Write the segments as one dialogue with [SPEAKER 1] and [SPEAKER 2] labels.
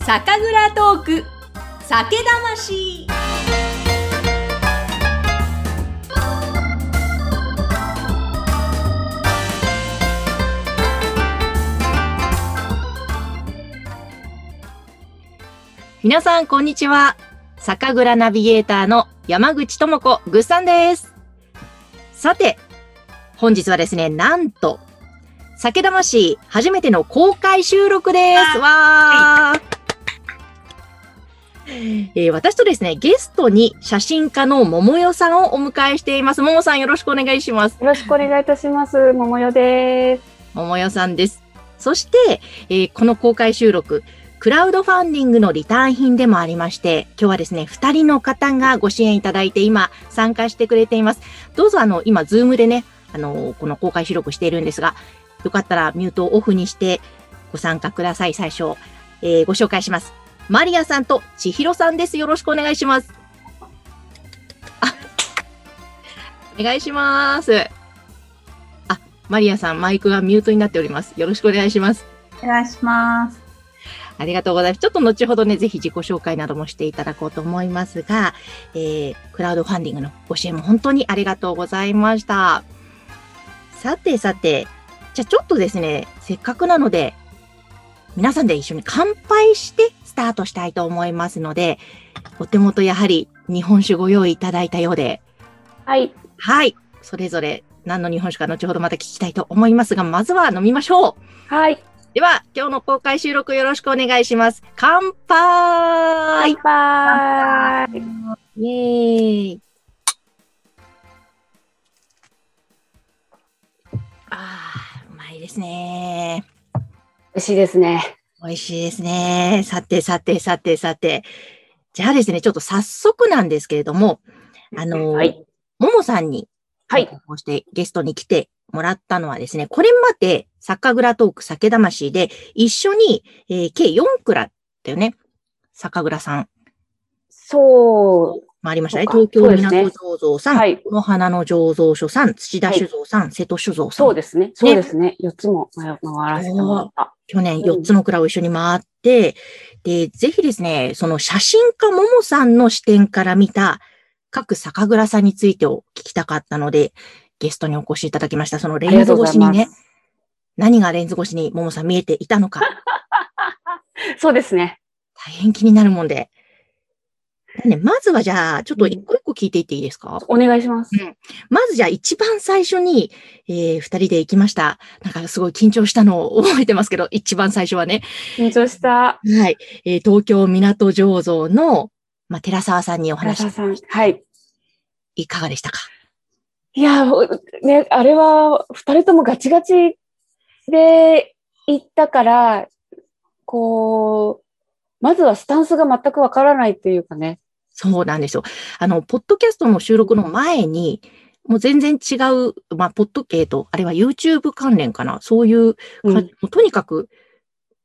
[SPEAKER 1] 酒蔵トーク酒魂
[SPEAKER 2] 皆さん、こんにちは。酒蔵ナビゲーターの山口智子、ぐっさんです。さて、本日はですね、なんと、酒魂初めての公開収録です。わー、えー私とですね、ゲストに写真家の桃代さんをお迎えしています。桃さん、よろしくお願いします。
[SPEAKER 3] よろしくお願いいたします。ももよです。
[SPEAKER 2] 桃代さんです。そして、えーこの公開収録、クラウドファンディングのリターン品でもありまして、今日はですね、2人の方がご支援いただいて、今、参加してくれています。どうぞ、あの、今、ズームでね、あの、この公開収録しているんですが、よかったらミュートをオフにしてご参加ください、最初。えーご紹介します。マリアさんと千尋さんです。よろしくお願いします。あ、お願いします。マリアさん、マイクがミュートになっております。よろしくお願いします。
[SPEAKER 3] お願いします。
[SPEAKER 2] ありがとうございます。ちょっと後ほどね、ぜひ自己紹介などもしていただこうと思いますが、えークラウドファンディングのご支援も本当にありがとうございました。さてさて、じゃあちょっとですね、せっかくなので、皆さんで一緒に乾杯してスタートしたいと思いますので、お手元やはり日本酒ご用意いただいたようで、
[SPEAKER 3] はい。
[SPEAKER 2] はい、それぞれ何の日本酒か後ほどまた聞きたいと思いますが、まずは飲みましょう
[SPEAKER 3] はい。
[SPEAKER 2] では、今日の公開収録よろしくお願いします。乾杯
[SPEAKER 3] バイバイ。
[SPEAKER 2] イエーイあー、うまいですね。
[SPEAKER 3] 嬉しいですね。
[SPEAKER 2] 美味しいですね。さてさてさてさて。じゃあですね、ちょっと早速なんですけれども、あのー、
[SPEAKER 3] はい。
[SPEAKER 2] ももさんに、
[SPEAKER 3] はい。
[SPEAKER 2] こうしてゲストに来てもらったのはですね、これまで、酒蔵トーク酒魂で、一緒に、えー計4蔵だよね、酒蔵さん
[SPEAKER 3] そう。
[SPEAKER 2] 回りましたね。
[SPEAKER 3] そう
[SPEAKER 2] 東
[SPEAKER 3] か
[SPEAKER 2] 京
[SPEAKER 3] そうですね
[SPEAKER 2] 港醸造さん、
[SPEAKER 3] はい。
[SPEAKER 2] 野花の醸造所さん、土田酒造さん、瀬戸酒造さん。
[SPEAKER 3] そうですね。そうですね。四つも回らせてもらった。
[SPEAKER 2] 去年
[SPEAKER 3] うん
[SPEAKER 2] 4つの蔵を一緒に回って、で、ぜひですね、その写真家ももさんの視点から見た各酒蔵さんについてを聞きたかったので、ゲストにお越しいただきました。そのレ
[SPEAKER 3] あり
[SPEAKER 2] ン
[SPEAKER 3] が
[SPEAKER 2] ズ
[SPEAKER 3] とうご
[SPEAKER 2] 越
[SPEAKER 3] ざ
[SPEAKER 2] し
[SPEAKER 3] い
[SPEAKER 2] に
[SPEAKER 3] ま
[SPEAKER 2] ね、
[SPEAKER 3] す。
[SPEAKER 2] 何がレンズ越しにももさん見えていたのか、
[SPEAKER 3] そうですね。
[SPEAKER 2] 大変気になるもんで。ね、まずはじゃあ、ちょっと一個一個聞いていっていいですか、
[SPEAKER 3] お願いします。
[SPEAKER 2] まずじゃあ一番最初に、えー、二人で行きました。なんかすごい緊張したのを覚えてますけど、一番最初はね。
[SPEAKER 3] 緊張した。
[SPEAKER 2] はい。えー東京港醸造の、まあ、寺沢さんにお
[SPEAKER 3] 原
[SPEAKER 2] 話
[SPEAKER 3] 田、さん。はい。
[SPEAKER 2] いかがでしたか
[SPEAKER 3] いや、ね、あれは、二人ともガチガチで行ったから、こう、まずはスタンスが全くわからないっていうかね。
[SPEAKER 2] そうなんですよ。あの、ポッドキャストの収録の前に、もう全然違う、まあ、ポッド、えーと、あれは YouTube 関連かな。そういう
[SPEAKER 3] うん
[SPEAKER 2] かもうとにかく、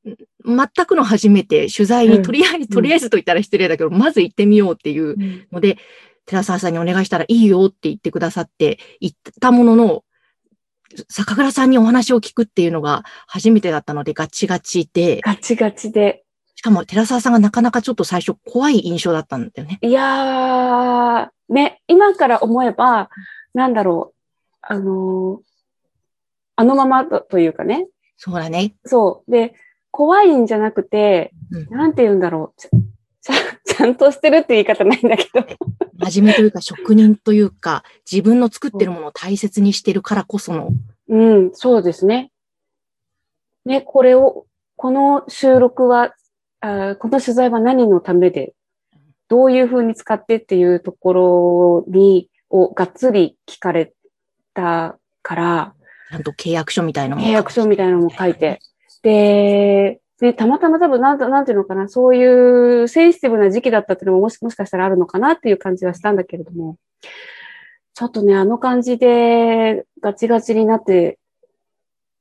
[SPEAKER 2] ん全くの初めて取材
[SPEAKER 3] う
[SPEAKER 2] に、
[SPEAKER 3] ん
[SPEAKER 2] とりあえず、とりあえずと言ったら失礼だけど、まず行ってみようっていうので、寺澤さんにお願いしたらいいよって言ってくださって、行ったものの、酒蔵さんにお話を聞くっていうのが初めてだったのでガチガチで、
[SPEAKER 3] ガチガチで。
[SPEAKER 2] しかも寺澤さんがなかなかちょっと最初怖い印象だったんだよね。
[SPEAKER 3] いやー、ね、今から思えば、なんだろう、あのーあのままとというかね。
[SPEAKER 2] そうだね。
[SPEAKER 3] そう。で、怖いんじゃなくて、
[SPEAKER 2] うん
[SPEAKER 3] なんて言うんだろう。ちゃちゃちゃんとしてるって言い方ないんだけど。
[SPEAKER 2] 真面目というか職人というか、自分の作ってるものを大切にしてるからこその、
[SPEAKER 3] うん、そうですね。ね、これを、この収録は、あーこの取材は何のためで、どういうふうに使ってっていうところに、をがっつり聞かれたから、
[SPEAKER 2] ちゃんと契約書みたいなもの
[SPEAKER 3] 契約書みたいなのも書いて。で、ね、たまたま多分なんと、なんていうのかな、そういうセンシティブな時期だったっていうのももしもしかしたらあるのかなっていう感じはしたんだけれども、ちょっとね、あの感じでガチガチになって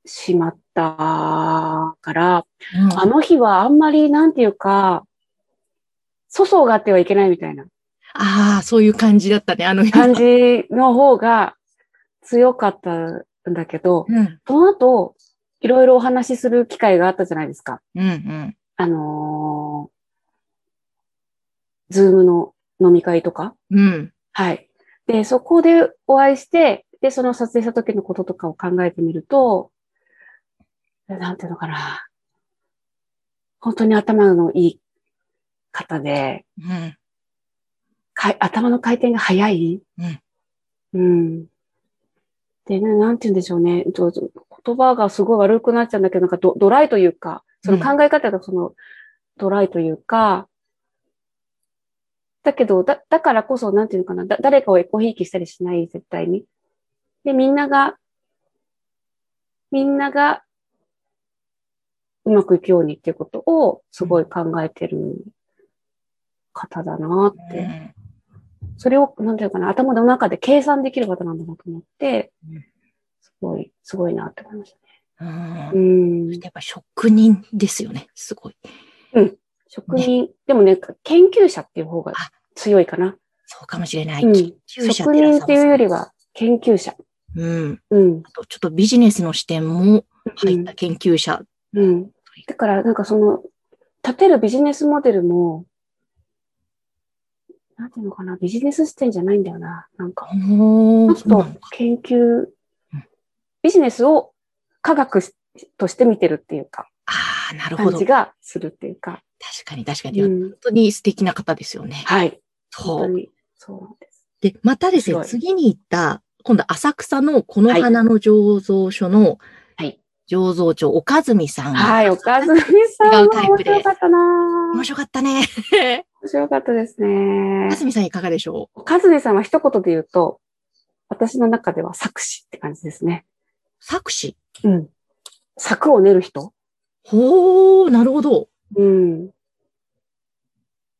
[SPEAKER 3] しまったから、
[SPEAKER 2] うん
[SPEAKER 3] あの日はあんまりなんていうか、粗相があってはいけないみたいな
[SPEAKER 2] ああ、そういう感じだったね、あの日は
[SPEAKER 3] 感じの方が強かったんだけど、
[SPEAKER 2] うん、
[SPEAKER 3] その後、いろいろお話しする機会があったじゃないですか。
[SPEAKER 2] うん、うん。
[SPEAKER 3] ああのーズームの飲み会とか、
[SPEAKER 2] うん。
[SPEAKER 3] はい。で、そこでお会いして、で、その撮影した時のこととかを考えてみると、なんていうのかな。本当に頭のいい方で、
[SPEAKER 2] うん。
[SPEAKER 3] かい頭の回転が早い。うん。で、ななんて言うんでしょうね。と言葉がすごい悪くなっちゃうんだけど、なんかドドライというか、その考え方がそのドライというか、だけど、だ、だからこそ、なんていうのかな、だ、誰かをエコひいきしたりしない、絶対に。で、みんなが、みんなが、うまくいくようにっていうことを、すごい考えてる方だなって。
[SPEAKER 2] うん
[SPEAKER 3] それを、なんていうかな、頭の中で計算できる方なんだなと思って
[SPEAKER 2] うん、
[SPEAKER 3] すごい、すごいなって思いましたね。
[SPEAKER 2] うん
[SPEAKER 3] う。ん。
[SPEAKER 2] やっぱ職人ですよね。すごい。
[SPEAKER 3] 職人、でもね、研究者っていう方が
[SPEAKER 2] あ
[SPEAKER 3] 強いかな。
[SPEAKER 2] そうかもしれない。
[SPEAKER 3] うん
[SPEAKER 2] 研究者
[SPEAKER 3] 職人っていうよりは、研究者。
[SPEAKER 2] 寺澤さん。うん。
[SPEAKER 3] うん。
[SPEAKER 2] あと、ちょっとビジネスの視点も入った研究者。
[SPEAKER 3] うん。だから、なんかその、立てるビジネスモデルも、なんていうのかな、ビジネス視点じゃないんだよな。なんか、
[SPEAKER 2] おー
[SPEAKER 3] もっと研究
[SPEAKER 2] うん、
[SPEAKER 3] ビジネスを科学しとして見てるっていうか。
[SPEAKER 2] ああ、なるほ
[SPEAKER 3] 感
[SPEAKER 2] ど。
[SPEAKER 3] じ
[SPEAKER 2] 確
[SPEAKER 3] がするっていうか。
[SPEAKER 2] かに確かに。
[SPEAKER 3] う
[SPEAKER 2] 本
[SPEAKER 3] ん、
[SPEAKER 2] 当に素敵な方ですよね。
[SPEAKER 3] はい。
[SPEAKER 2] そ
[SPEAKER 3] 本当
[SPEAKER 2] う。
[SPEAKER 3] に。そうなんです。
[SPEAKER 2] で、またですね、
[SPEAKER 3] 面白い
[SPEAKER 2] 次に行った、今度浅草のこの花の醸造所の
[SPEAKER 3] はい
[SPEAKER 2] 醸造長、岡住さん。
[SPEAKER 3] はい、おかずみさ
[SPEAKER 2] 違
[SPEAKER 3] ん
[SPEAKER 2] う
[SPEAKER 3] も
[SPEAKER 2] タイプ
[SPEAKER 3] 面
[SPEAKER 2] です
[SPEAKER 3] 白かったな
[SPEAKER 2] 面
[SPEAKER 3] 面
[SPEAKER 2] 白かったね。
[SPEAKER 3] 白かったですね
[SPEAKER 2] 岡。住さんいかがでしょう
[SPEAKER 3] おかずみさんは一言で言うと、私の中では作詞って感じですね。
[SPEAKER 2] 作詞。
[SPEAKER 3] うん。作を練る人
[SPEAKER 2] ほー、なるほど。
[SPEAKER 3] うん。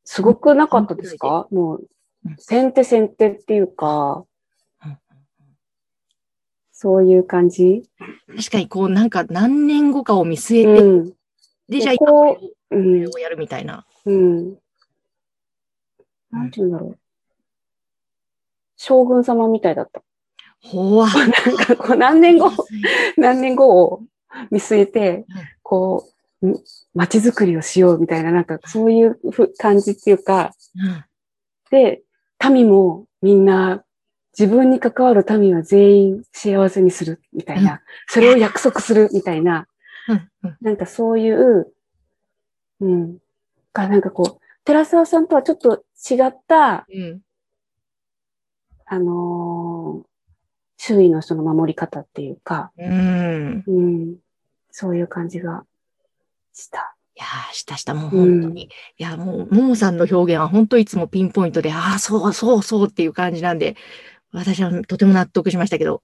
[SPEAKER 3] すごくなかったですかもう
[SPEAKER 2] うん、
[SPEAKER 3] 先手先手っていうか
[SPEAKER 2] うん、
[SPEAKER 3] そういう感じ
[SPEAKER 2] 確かにこう、なんか何年後かを見据え
[SPEAKER 3] う
[SPEAKER 2] て、
[SPEAKER 3] ん。
[SPEAKER 2] で、じゃあ今こ
[SPEAKER 3] ここうん
[SPEAKER 2] れ。をやるみたいな。
[SPEAKER 3] うん。なんて言うんだろう。将軍様みたいだった。
[SPEAKER 2] ほわ。
[SPEAKER 3] なんかこう何年後、何年後を見据えて、こう、ん街づくりをしようみたいな、なんかそういうふ感じっていうか、
[SPEAKER 2] うん
[SPEAKER 3] で、民もみんな、自分に関わる民は全員幸せにするみたいな、それを約束するみたいな、
[SPEAKER 2] うんうん
[SPEAKER 3] なんかそういう、うん。が、なんかこう、寺澤さんとはちょっと違った、
[SPEAKER 2] うん
[SPEAKER 3] あのー周囲の人の守り方っていうか、
[SPEAKER 2] うん。
[SPEAKER 3] うん。そういう感じがした。
[SPEAKER 2] いやー、したした、もう本当に。いや、もう、ももさんの表現は本当いつもピンポイントで、ああ、そうそうそうっていう感じなんで、私はとても納得しましたけど、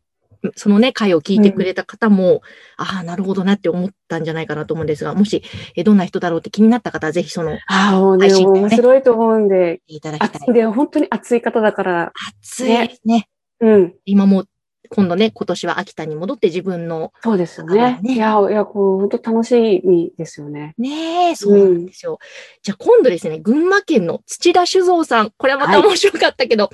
[SPEAKER 2] そのね、回を聞いてくれた方も、ああ、なるほどなって思ったんじゃないかなと思うんですが、もし、えどんな人だろうって気になった方は、ぜひその、
[SPEAKER 3] ああ、もうね、
[SPEAKER 2] 配信だよね
[SPEAKER 3] 面白いと思うんで、
[SPEAKER 2] いただきた
[SPEAKER 3] 熱
[SPEAKER 2] い。
[SPEAKER 3] で、本当に熱い方だから、
[SPEAKER 2] 熱いですね。
[SPEAKER 3] うん。
[SPEAKER 2] 今も、今度ね、今年は秋田に戻って自分の、
[SPEAKER 3] そうですよ
[SPEAKER 2] だから
[SPEAKER 3] ね。
[SPEAKER 2] ね
[SPEAKER 3] いや、いや、こう、本当楽しみですよね。
[SPEAKER 2] ねえ、そうなんですよ。じゃあ今度ですね、群馬県の土田酒造さん、これはまた
[SPEAKER 3] はい
[SPEAKER 2] 面白かったけど、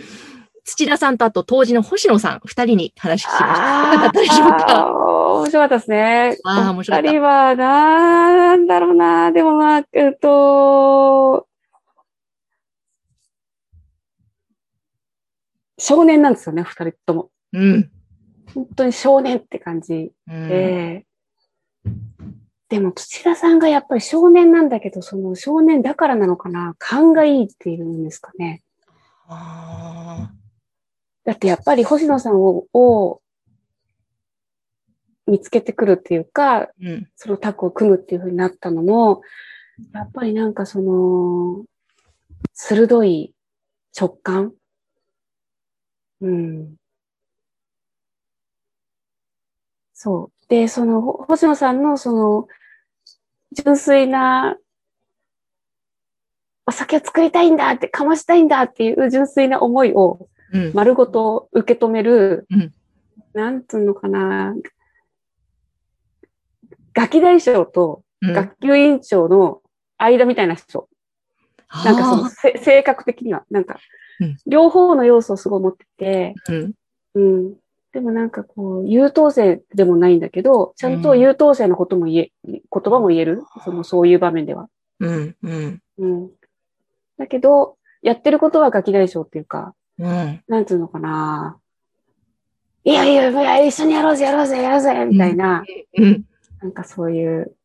[SPEAKER 2] 土田さんとあと当時の星野さん、二人に話聞きました。いかがだったでしょうか
[SPEAKER 3] あー面白かったですね。
[SPEAKER 2] あー面白かった
[SPEAKER 3] お二人は、なんだろうな。でもまあ、えっと、少年なんですよね、二人とも。
[SPEAKER 2] うん。
[SPEAKER 3] 本当に少年って感じ
[SPEAKER 2] うん
[SPEAKER 3] で。でも、土田さんがやっぱり少年なんだけど、その少年だからなのかな。勘がいいっていうんですかね。
[SPEAKER 2] あ
[SPEAKER 3] だってやっぱり星野さんを、を見つけてくるっていうか、
[SPEAKER 2] ーうん
[SPEAKER 3] そのタッグを組むっていう風になったのも、やっぱりなんかその、鋭い直感うん。そう。で、その、ほ星野さんのその、純粋な、お酒を作りたいんだって、かましたいんだっていう純粋な思いを、
[SPEAKER 2] うん
[SPEAKER 3] 丸ごと受け止める、
[SPEAKER 2] うん
[SPEAKER 3] なんつうのかな、ガキ大将と
[SPEAKER 2] うん
[SPEAKER 3] 学級委員長の間みたいな人。なんかその
[SPEAKER 2] あ
[SPEAKER 3] せ性格的には、なんか
[SPEAKER 2] うん、
[SPEAKER 3] 両方の要素をすごい持ってて、
[SPEAKER 2] ーうん
[SPEAKER 3] うん。でもなんかこう、優等生でもないんだけど、ちゃんと優等生のことも言え、言葉も言える。その、そういう場面では。
[SPEAKER 2] ううん、うん、
[SPEAKER 3] うん。だけど、やってることはガキ大将っていうか、
[SPEAKER 2] うん。
[SPEAKER 3] なんつうのかな。いやいやいや、一緒にやろうぜ、やろうぜ、やろうぜ、みたいな、
[SPEAKER 2] うん。
[SPEAKER 3] なんかそういう、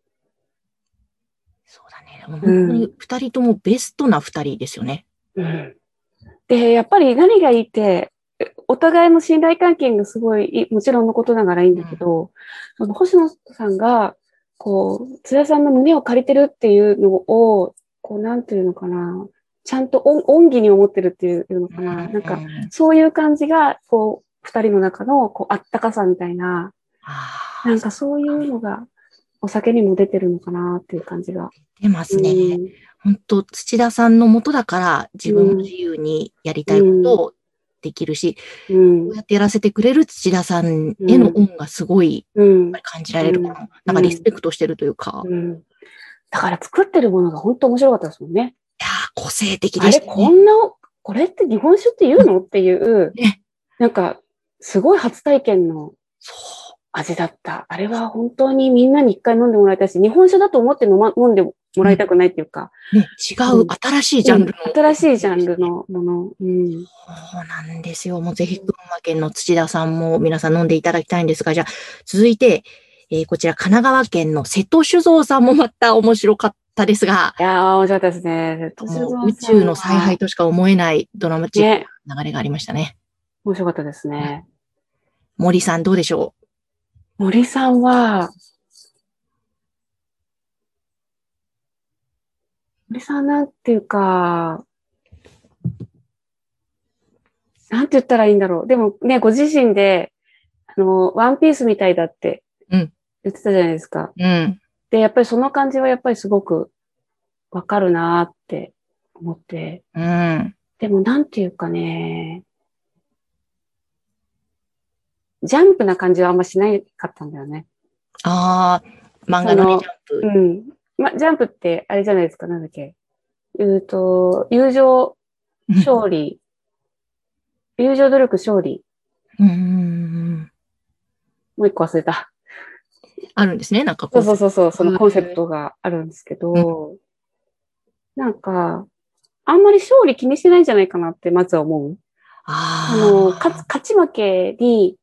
[SPEAKER 2] そうだね。もう本当に二人ともベストな二人ですよね。
[SPEAKER 3] うん。で、やっぱり何がいいって、お互いの信頼関係がすごいいい、もちろんのことながらいいんだけど、その星野さんが、こう、津田さんの胸を借りてるっていうのを、こう、なんていうのかな、ちゃんと恩恩義に思ってるっていうのかな、なん
[SPEAKER 2] う
[SPEAKER 3] か、そういう感じが、こう、二人の中の、こう、あったかさみたいな、
[SPEAKER 2] あ
[SPEAKER 3] な
[SPEAKER 2] ー
[SPEAKER 3] んかそういうのが、お酒にも出てるのかなっていう感じが。
[SPEAKER 2] 出ますね。
[SPEAKER 3] うん
[SPEAKER 2] 本当土田さんのもとだから自分も自由にやりたいことをできるし、
[SPEAKER 3] うん
[SPEAKER 2] こうやってやらせてくれる土田さんへの恩がすごい
[SPEAKER 3] うん
[SPEAKER 2] やっぱり感じられる、
[SPEAKER 3] うん
[SPEAKER 2] なんかリスペクトしてるというか、い
[SPEAKER 3] うんだから作ってるものが本当面白かったですもんね。
[SPEAKER 2] やー個性的
[SPEAKER 3] あ
[SPEAKER 2] で
[SPEAKER 3] れ、
[SPEAKER 2] した
[SPEAKER 3] こ
[SPEAKER 2] ね。
[SPEAKER 3] んな、これって日本酒って言うのっていう
[SPEAKER 2] ね、
[SPEAKER 3] なんか、すごい初体験の
[SPEAKER 2] そう
[SPEAKER 3] 味だった。あれは本当にみんなに一回飲んでもらいたいし、日本酒だと思って飲,、ま、飲んでもらいたくないっていうか、
[SPEAKER 2] ね、違う、
[SPEAKER 3] うん
[SPEAKER 2] 新しいジャンルの、
[SPEAKER 3] うん新しいジャンルのもの。うん。
[SPEAKER 2] そうなんですよ。もうぜひ群馬県の土田さんも皆さん飲んでいただきたいんですが、じゃあ続いて、えーこちら神奈川県の瀬戸酒造さんもまた面白かったですが、
[SPEAKER 3] いやー、面白かったですね。
[SPEAKER 2] もう宇宙の采配としか思えないドラマチッ
[SPEAKER 3] ね、
[SPEAKER 2] クな流れがありましたね。
[SPEAKER 3] 面白かったですね。
[SPEAKER 2] 森さんどうでしょ
[SPEAKER 3] 森さんは、森さんなんていうか、なんて言ったらいいんだろう。でもね、ご自身で、あの、ワンピースみたいだって
[SPEAKER 2] うん
[SPEAKER 3] 言ってたじゃないですか。
[SPEAKER 2] ううん。
[SPEAKER 3] で、やっぱりその感じはやっぱりすごくわかるなーって思って。
[SPEAKER 2] うん。
[SPEAKER 3] でもなんていうかね、ジャンプな感じはあんましないかったんだよね。
[SPEAKER 2] ああ、漫画のね、ジャン
[SPEAKER 3] う
[SPEAKER 2] プ。
[SPEAKER 3] ん。ま、ジャンプって、あれじゃないですか、なんだっけ。えっと、友情、勝利、友情努力勝利。
[SPEAKER 2] うんうんうんうん。
[SPEAKER 3] もう一個忘れた。
[SPEAKER 2] あるんですね、なんかこ。
[SPEAKER 3] そううそうそうそう、そ
[SPEAKER 2] うん
[SPEAKER 3] のコンセプトがあるんですけど、なんか、あんまり勝利気にしてないんじゃないかなって、まずは思う。あ
[SPEAKER 2] あ
[SPEAKER 3] の、
[SPEAKER 2] の、
[SPEAKER 3] 勝つ、勝ち負けに、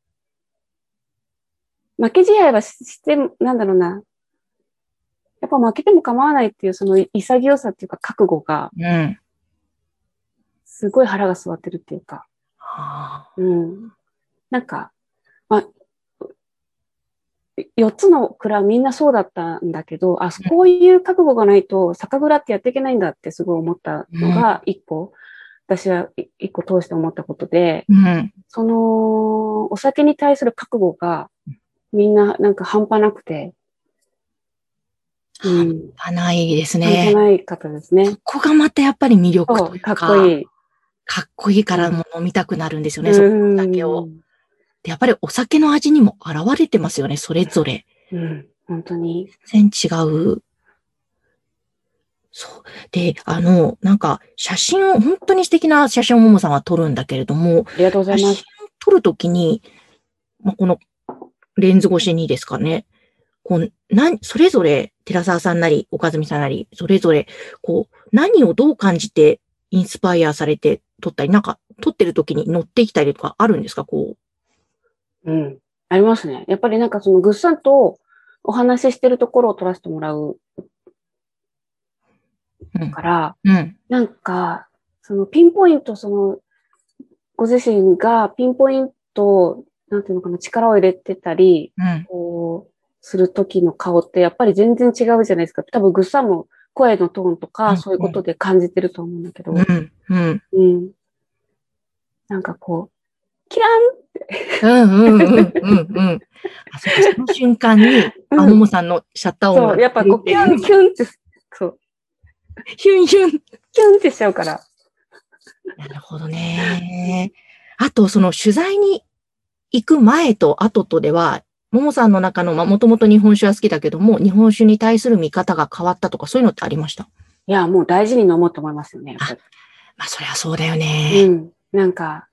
[SPEAKER 3] 負け試合はししても、なんだろうな。やっぱ負けても構わないっていう、その潔さっていうか覚悟が、
[SPEAKER 2] うん。
[SPEAKER 3] すごい腹が据わってるっていうか、
[SPEAKER 2] あ
[SPEAKER 3] うん。なんか、まあ、4つの蔵みんなそうだったんだけど、あ、こういう覚悟がないと酒蔵ってやっていけないんだってすごい思ったのが一個、私は一個通して思ったことで、
[SPEAKER 2] ーうん。
[SPEAKER 3] その、お酒に対する覚悟がみんななんか半端なくて、うん。
[SPEAKER 2] あないです
[SPEAKER 3] 半端
[SPEAKER 2] ね。
[SPEAKER 3] ない方ですね。
[SPEAKER 2] ここがまたやっぱり魅力
[SPEAKER 3] そ、
[SPEAKER 2] というう
[SPEAKER 3] か
[SPEAKER 2] か、
[SPEAKER 3] っこいい。
[SPEAKER 2] かっこいいからもう飲みたくなるんですよね、そ
[SPEAKER 3] うん
[SPEAKER 2] こだけを。。でやっぱりお酒の味にも現れてますよね、それぞれ。
[SPEAKER 3] うん、本当に。
[SPEAKER 2] 全然違う。そう。で、あの、なんか、写真を、本当に素敵な写真をももさんは撮るんだけれども、
[SPEAKER 3] ありがとうござ
[SPEAKER 2] 写
[SPEAKER 3] いま
[SPEAKER 2] 真
[SPEAKER 3] す。
[SPEAKER 2] 撮るときに、まあ、このレンズ越しにですかね、こう、なん、それぞれ、寺澤さんなり、岡住さんなり、それぞれ、こう、何をどう感じて、インスパイアされて撮ったり、なんか、撮ってるときに乗ってきたりとかあるんですかこう。
[SPEAKER 3] うん。ありますね。やっぱりなんかそのぐっさんとお話ししてるところを撮らせてもらう
[SPEAKER 2] うん
[SPEAKER 3] から、
[SPEAKER 2] うん。
[SPEAKER 3] なんか、そのピンポイント、その、ご自身がピンポイント、なんていうのかな、力を入れてたり、
[SPEAKER 2] うん。
[SPEAKER 3] こう、する時の顔ってやっぱり全然違うじゃないですか。多分ぐっさんも声のトーン
[SPEAKER 2] うん
[SPEAKER 3] と
[SPEAKER 2] う
[SPEAKER 3] か、
[SPEAKER 2] ん
[SPEAKER 3] そういうことで感じてると思うんだけど、
[SPEAKER 2] うん。うん。
[SPEAKER 3] うん。なんかこう、キラン
[SPEAKER 2] うんうんうんうんうん。あ、そうか、その瞬間に、あ、ももさんのシャッター音
[SPEAKER 3] そう、やっぱこう、キュン、キュンって、そう、
[SPEAKER 2] ヒュンヒュン。
[SPEAKER 3] キュンってしちゃうから。
[SPEAKER 2] なるほどね。あと、その取材に行く前と後とでは、ももさんの中の、まあ、もともと日本酒は好きだけども、日本酒に対する見方が変わったとか、そういうのってありました
[SPEAKER 3] いや、もう大事に飲もうと思いますよね。やっぱり
[SPEAKER 2] まあ、そりゃそうだよ
[SPEAKER 3] う
[SPEAKER 2] ね。
[SPEAKER 3] ん。なんか、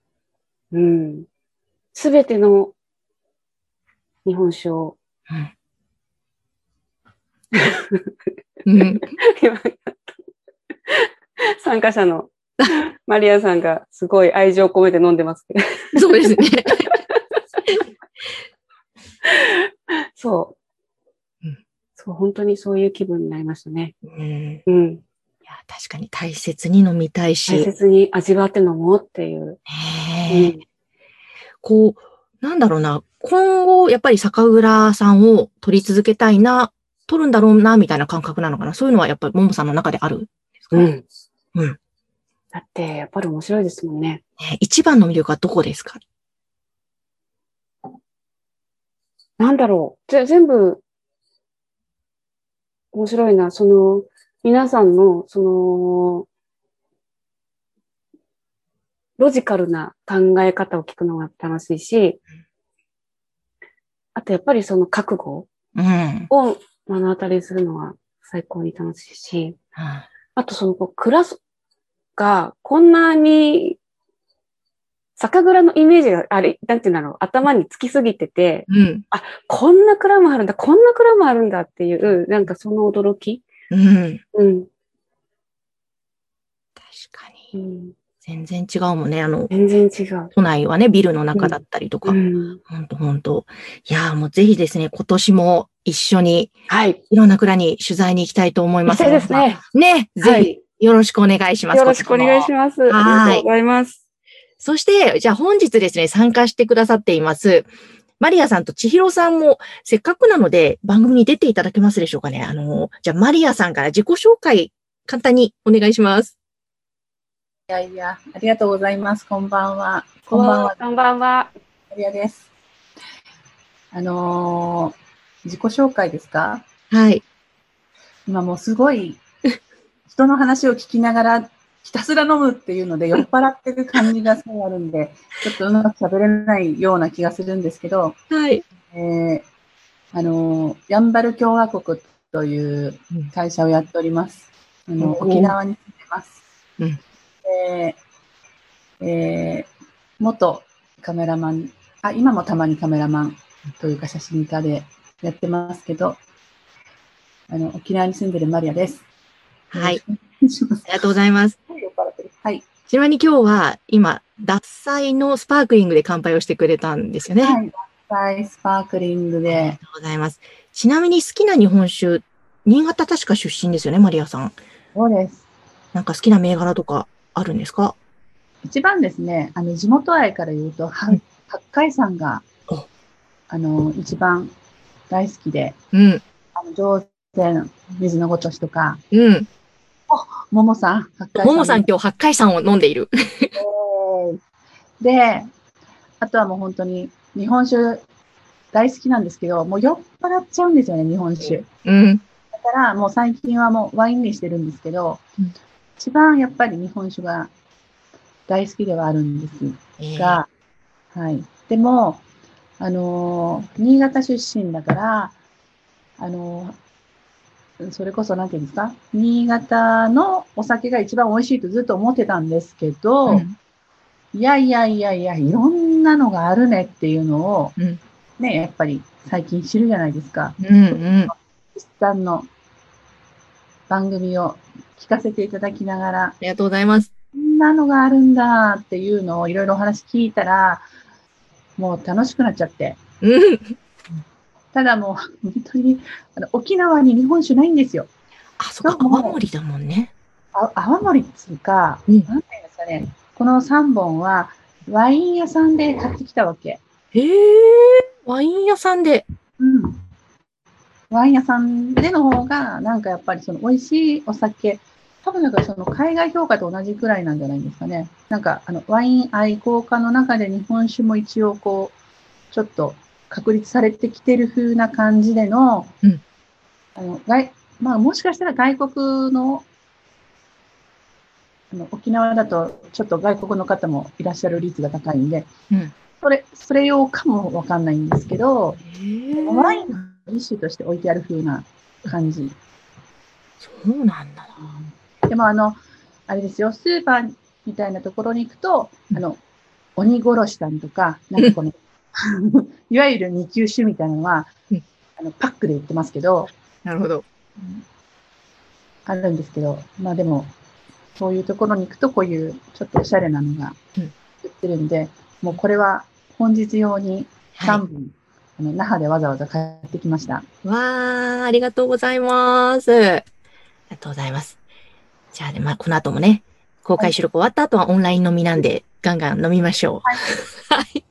[SPEAKER 3] うん。すべての日本酒 を、
[SPEAKER 2] うん。うん。
[SPEAKER 3] 今参加者のマリアさんがすごい愛情込めて飲んでますけど。
[SPEAKER 2] そうですね。
[SPEAKER 3] そう
[SPEAKER 2] うん。
[SPEAKER 3] そう、本当にそういう気分になりましたね。
[SPEAKER 2] うん、い
[SPEAKER 3] うん。
[SPEAKER 2] や確かに大切に飲みたいし、
[SPEAKER 3] 大切に味わって飲もうっていう。
[SPEAKER 2] ねえこう、なんだろうな、今後、やっぱり酒蔵さんを取り続けたいな、取るんだろうな、みたいな感覚なのかな。そういうのはやっぱり、ももさんの中であるんですか、
[SPEAKER 3] うん。う
[SPEAKER 2] ね
[SPEAKER 3] ん。
[SPEAKER 2] うん
[SPEAKER 3] だって、やっぱり面白いですもんね。
[SPEAKER 2] 一番の魅力はどこですか
[SPEAKER 3] なんだろう。ぜ全部、面白いな。その、皆さんの、その、ロジカルな考え方を聞くのが楽しいし、あとやっぱりその覚悟
[SPEAKER 2] うん。うん
[SPEAKER 3] を目の当たりにするのは最高に楽しいし、
[SPEAKER 2] あ
[SPEAKER 3] あとそのこう、クラスがこんなに、酒蔵のイメージがあれ、なんていうんだろう、頭につきすぎてて、
[SPEAKER 2] うん。
[SPEAKER 3] こんな蔵もあるんだ、こんな蔵もあるんだっていう、なんかその驚き。
[SPEAKER 2] うん。
[SPEAKER 3] うん。
[SPEAKER 2] 確かに。全然違うもんね。あの、
[SPEAKER 3] 全然違う。
[SPEAKER 2] 都内はね、ビルの中だったりとか。
[SPEAKER 3] うん、
[SPEAKER 2] ほんとほんと。いやーもうぜひですね、今年も一緒に
[SPEAKER 3] はい。
[SPEAKER 2] いろんな蔵に取材に行きたいと思い
[SPEAKER 3] 行
[SPEAKER 2] ま
[SPEAKER 3] き
[SPEAKER 2] す。
[SPEAKER 3] たいですね。
[SPEAKER 2] ね。ぜひ、
[SPEAKER 3] はい。
[SPEAKER 2] よろしくお願いします。
[SPEAKER 3] よろしくお願い
[SPEAKER 2] ます
[SPEAKER 3] します。あり
[SPEAKER 2] はい
[SPEAKER 3] がとうございます。
[SPEAKER 2] そして、じゃあ本日ですね、参加してくださっています、マリアさんと千尋さんも、せっかくなので番組に出ていただけますでしょうかね。あの、じゃあマリアさんから自己紹介、簡単にお願いします。
[SPEAKER 4] いやいや、ありがとうございます。こんばんは。こんばんは、
[SPEAKER 3] こんばんは。
[SPEAKER 4] マリアです。あのー自己紹介ですか
[SPEAKER 2] はい。
[SPEAKER 4] 今もうすごい、 人の話を聞きながら、ひたすら飲むっていうので、酔っ払ってる感じがすごいあるんで、ちょっとうまく喋れないような気がするんですけど、
[SPEAKER 2] はい。
[SPEAKER 4] えーあのーヤンバル共和国という会社をやっております。あの
[SPEAKER 2] おー
[SPEAKER 4] 沖縄に住んでます。
[SPEAKER 2] うん
[SPEAKER 4] でえー元カメラマンあ、今もたまにカメラマンというか写真家でやってますけど、あの沖縄に住んでるマリアです。
[SPEAKER 2] はい
[SPEAKER 4] よろしくお願いします
[SPEAKER 2] ありがとうございます。
[SPEAKER 4] はい酔っ払ってるはい。
[SPEAKER 2] ちなみに今日は、今、脱菜のスパークリングで乾杯をしてくれたんですよね。あ
[SPEAKER 4] はい。ダイスパークリング
[SPEAKER 2] り
[SPEAKER 4] で
[SPEAKER 2] がとうございます。ちなみに好きな日本酒、新潟確か出身ですよね、マリアさん。
[SPEAKER 4] そうです。
[SPEAKER 2] なんか好きな銘柄とかあるんですか
[SPEAKER 4] 一番ですね、あの地元愛から言うと、は
[SPEAKER 2] うん
[SPEAKER 4] 八海山が
[SPEAKER 2] お、
[SPEAKER 4] あの、一番大好きで、
[SPEAKER 2] うん。
[SPEAKER 4] あの、上天、水のごとしとか、
[SPEAKER 2] うん。
[SPEAKER 4] ももさん、八海
[SPEAKER 2] ももさん
[SPEAKER 4] で
[SPEAKER 2] 今日八海山を飲んでいる。
[SPEAKER 4] で、あとはもう本当に日本酒大好きなんですけど、もう酔っ払っちゃうんですよね、日本酒。
[SPEAKER 2] うん。
[SPEAKER 4] だからもう最近はもうワインにしてるんですけど、
[SPEAKER 2] うん
[SPEAKER 4] 一番やっぱり日本酒が大好きではあるんですが、はい。でも、あのー新潟出身だから、あのーそれこそなんていうんですか、新潟のお酒が一番美味しいとずっと思ってたんですけど、
[SPEAKER 2] うん
[SPEAKER 4] いやいやいやいや、いろんなのがあるねっていうのを、
[SPEAKER 2] うん
[SPEAKER 4] ね、やっぱり最近知るじゃないですか。
[SPEAKER 2] うんうん。あ
[SPEAKER 4] 岸さんの番組を聞かせていただきながら、
[SPEAKER 2] りがとうございます。
[SPEAKER 4] こんなのがあるんだっていうのをいろいろお話聞いたら、もう楽しくなっちゃって。
[SPEAKER 2] うん。
[SPEAKER 4] ただもう、本当に、あの沖縄に日本酒ないんですよ。
[SPEAKER 2] あ、そっか、
[SPEAKER 4] どうも
[SPEAKER 2] 泡盛だもんね。
[SPEAKER 4] あ泡盛っつうか、
[SPEAKER 2] うん
[SPEAKER 4] なんて言うんですかね、この3本はワイン屋さんで買ってきたわけ。
[SPEAKER 2] へえ、ワイン屋さんで。
[SPEAKER 4] うん。ワイン屋さんでの方が、なんかやっぱりその美味しいお酒、多分なんかその海外評価と同じくらいなんじゃないんですかね。なんかあのワイン愛好家の中で日本酒も一応こう、ちょっと確立されてきてる風な感じでの、
[SPEAKER 2] うん
[SPEAKER 4] あの外まあもしかしたら外国の、あの沖縄だとちょっと外国の方もいらっしゃる率が高いんで、
[SPEAKER 2] うん
[SPEAKER 4] それ、それ用かもわかんないんですけど、ワイン
[SPEAKER 2] ン
[SPEAKER 4] の一種として置いてある風な感じ。
[SPEAKER 2] そうなんだ
[SPEAKER 4] でもあの、あれですよ、スーパーみたいなところに行くと、あの、鬼殺しさんとか、なんかこの、いわゆる二級種みたいなのは
[SPEAKER 2] うん、
[SPEAKER 4] あのパックで売ってますけど、
[SPEAKER 2] な。なるほど。
[SPEAKER 4] あるんですけど、まあでも、そういうところに行くと、こういうちょっとおしゃれなのが
[SPEAKER 2] うん
[SPEAKER 4] 売ってるんで、もうこれは本日用に3
[SPEAKER 2] は
[SPEAKER 4] 本、あの那覇でわざわざ買ってきました。
[SPEAKER 2] い。わあ、ありがとうございます。ありがとうございます。じゃあね、まあ、この後もね、公開収録終わった後はオンライン飲みなんで、ガンガン飲みましょう。はい。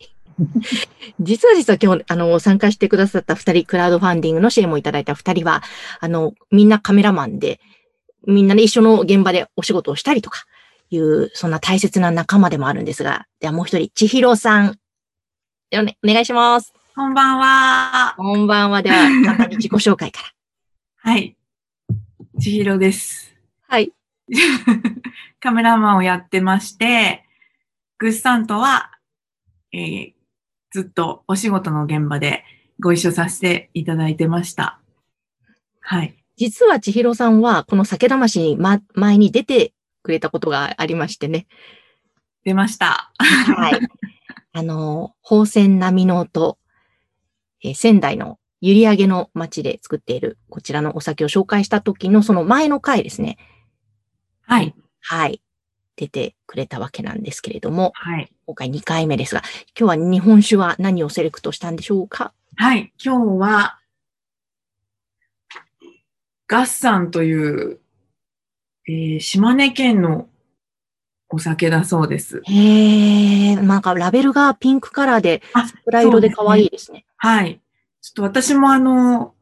[SPEAKER 2] 実は実は今日、あの、参加してくださった二人、クラウドファンディングの支援もいただいた二人は、あの、みんなカメラマンで、みんなね、一緒の現場でお仕事をしたりとか、いう、そんな大切な仲間でもあるんですが、ではもう一人、千尋さん。ではね、お願いします。
[SPEAKER 5] こんばんは。
[SPEAKER 2] こんばんは。 では、簡単に自己紹介から。
[SPEAKER 5] はい。千尋です。
[SPEAKER 2] はい。
[SPEAKER 5] カメラマンをやってまして、グッさんとは、えーずっとお仕事の現場でご一緒させていただいてました。はい。
[SPEAKER 2] 実は千尋さんは、この酒魂に、ま、前に出てくれたことがありましてね。
[SPEAKER 5] 出ました。
[SPEAKER 2] はい。あの、宝泉並の音、えー仙台の閖上の町で作っている、こちらのお酒を紹介した時の、その前の回ですね。
[SPEAKER 5] はい。
[SPEAKER 2] はい。出てくれたわけなんですけれども、
[SPEAKER 5] はい。
[SPEAKER 2] 今回2回目ですが、今日は日本酒は何をセレクトしたんでしょうか
[SPEAKER 5] はい。今日は、ガッサンという、えー島根県のお酒だそうです。
[SPEAKER 2] へえ、なんかラベルがピンクカラーで、
[SPEAKER 5] あ
[SPEAKER 2] 桜色で可愛いですね。
[SPEAKER 5] はい。ちょっと私もあの、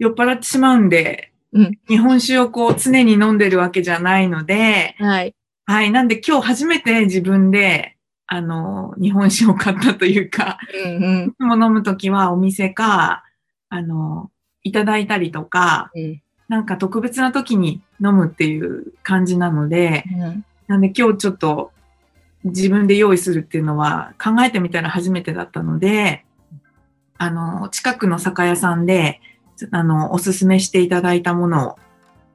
[SPEAKER 5] 酔っ払ってしまうんで、
[SPEAKER 2] うん
[SPEAKER 5] 日本酒をこう常に飲んでるわけじゃないので、
[SPEAKER 2] はい。
[SPEAKER 5] はい。なんで今日初めて自分で、あの、日本酒を買ったというか、
[SPEAKER 2] うんうん。
[SPEAKER 5] いつも飲むときはお店か、あの、いただいたりとか、
[SPEAKER 2] うん
[SPEAKER 5] なんか特別な時に飲むっていう感じなので、なんで今日ちょっと自分で用意するっていうのは考えてみたら初めてだったので、あの、近くの酒屋さんで、あの、おすすめしていただいたものを今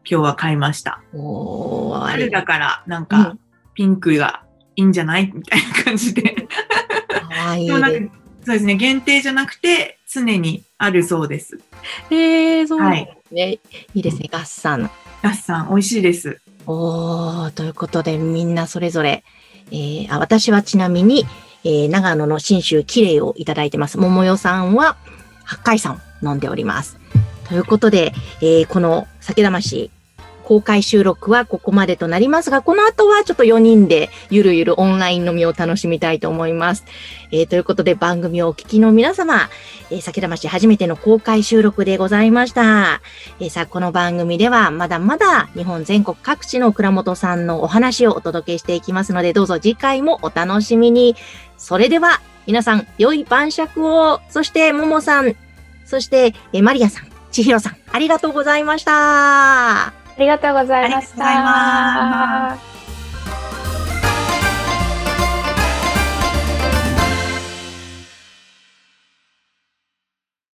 [SPEAKER 5] 日は買いました。
[SPEAKER 2] おー、あ
[SPEAKER 5] 春
[SPEAKER 2] り
[SPEAKER 5] だ
[SPEAKER 2] が
[SPEAKER 5] からなん
[SPEAKER 2] う
[SPEAKER 5] かピンクがいいんじゃないみたいな感じで。
[SPEAKER 2] とう。かわいい
[SPEAKER 5] で
[SPEAKER 2] で
[SPEAKER 5] も
[SPEAKER 2] す
[SPEAKER 5] なんか、そうですね、限定じゃなくて常にあるそうです。
[SPEAKER 2] へえ、そうなん
[SPEAKER 5] は
[SPEAKER 2] で
[SPEAKER 5] い。
[SPEAKER 2] すね。いいですね、ガッサン。
[SPEAKER 5] ガッさん、美味しいです。
[SPEAKER 2] おー、ということで、みんなそれぞれ、えーあ私はちなみに、えー長野の信州キレイをいただいてます。桃代さんは、八海山を飲んでおります。ということで、えーこの酒魂、公開収録はここまでとなりますが、この後はちょっと4人でゆるゆるオンライン飲みを楽しみたいと思います。えーということで番組をお聞きの皆様、えー酒魂初めての公開収録でございました。えーさあ、この番組ではまだまだ日本全国各地の倉本さんのお話をお届けしていきますので、どうぞ次回もお楽しみに。それでは、皆さん、良い晩酌を、そして、ももさん、そして、えーマリアさん、千尋さん、ありがとうございました。
[SPEAKER 3] ありがとうございました。
[SPEAKER 5] ありがとうございま